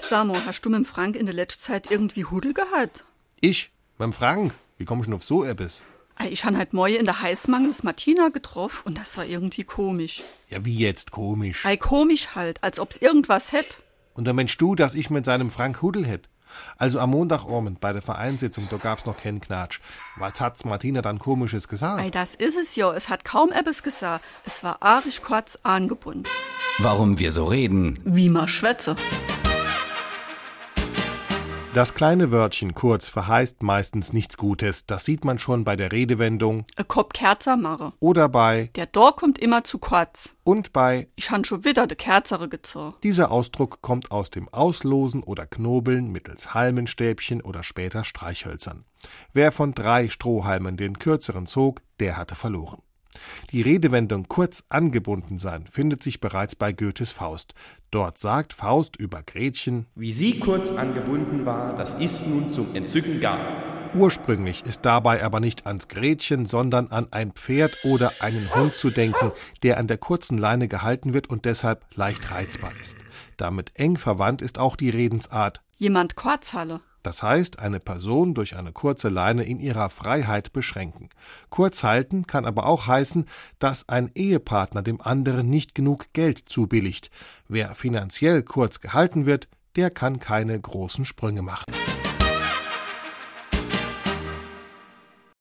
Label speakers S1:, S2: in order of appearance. S1: Samo, hast du mit dem Frank in der letzten Zeit irgendwie Hudel gehabt?
S2: Ich? Beim Frank? Wie komm ich denn auf so etwas?
S1: Ei, Ich han halt Moje in der Heißmangel des Martina getroffen und das war irgendwie komisch.
S2: Ja, wie jetzt? Komisch.
S1: Ei, komisch halt, als ob's irgendwas hätt.
S2: Und da meinst du, dass ich mit seinem Frank Hudel hätt? Also am Montagabend bei der Vereinssitzung, da gab's noch keinen Knatsch. Was hat's Martina dann Komisches gesagt?
S1: Ei, das is es ja, es hat kaum etwas gesagt. Es war arisch kurz angebunden.
S3: Warum wir so reden.
S1: Wie ma schwätze.
S2: Das kleine Wörtchen kurz verheißt meistens nichts Gutes. Das sieht man schon bei der Redewendung
S1: E Kopf Kerzer mache.
S2: oder bei
S1: Der Dor kommt immer zu kurz.
S2: und bei.
S1: Ich han schon wieder de Kerzere gezogen.
S2: Dieser Ausdruck kommt aus dem Auslosen oder Knobeln mittels Halmenstäbchen oder später Streichhölzern. Wer von drei Strohhalmen den kürzeren zog, der hatte verloren. Die Redewendung kurz angebunden sein findet sich bereits bei Goethes Faust. Dort sagt Faust über Gretchen
S4: Wie sie kurz angebunden war, das ist nun zum Entzücken gar.
S2: Ursprünglich ist dabei aber nicht ans Gretchen, sondern an ein Pferd oder einen Hund zu denken, der an der kurzen Leine gehalten wird und deshalb leicht reizbar ist. Damit eng verwandt ist auch die Redensart.
S1: Jemand Kurzhalle.
S2: Das heißt, eine Person durch eine kurze Leine in ihrer Freiheit beschränken. Kurz halten kann aber auch heißen, dass ein Ehepartner dem anderen nicht genug Geld zubilligt. Wer finanziell kurz gehalten wird, der kann keine großen Sprünge machen.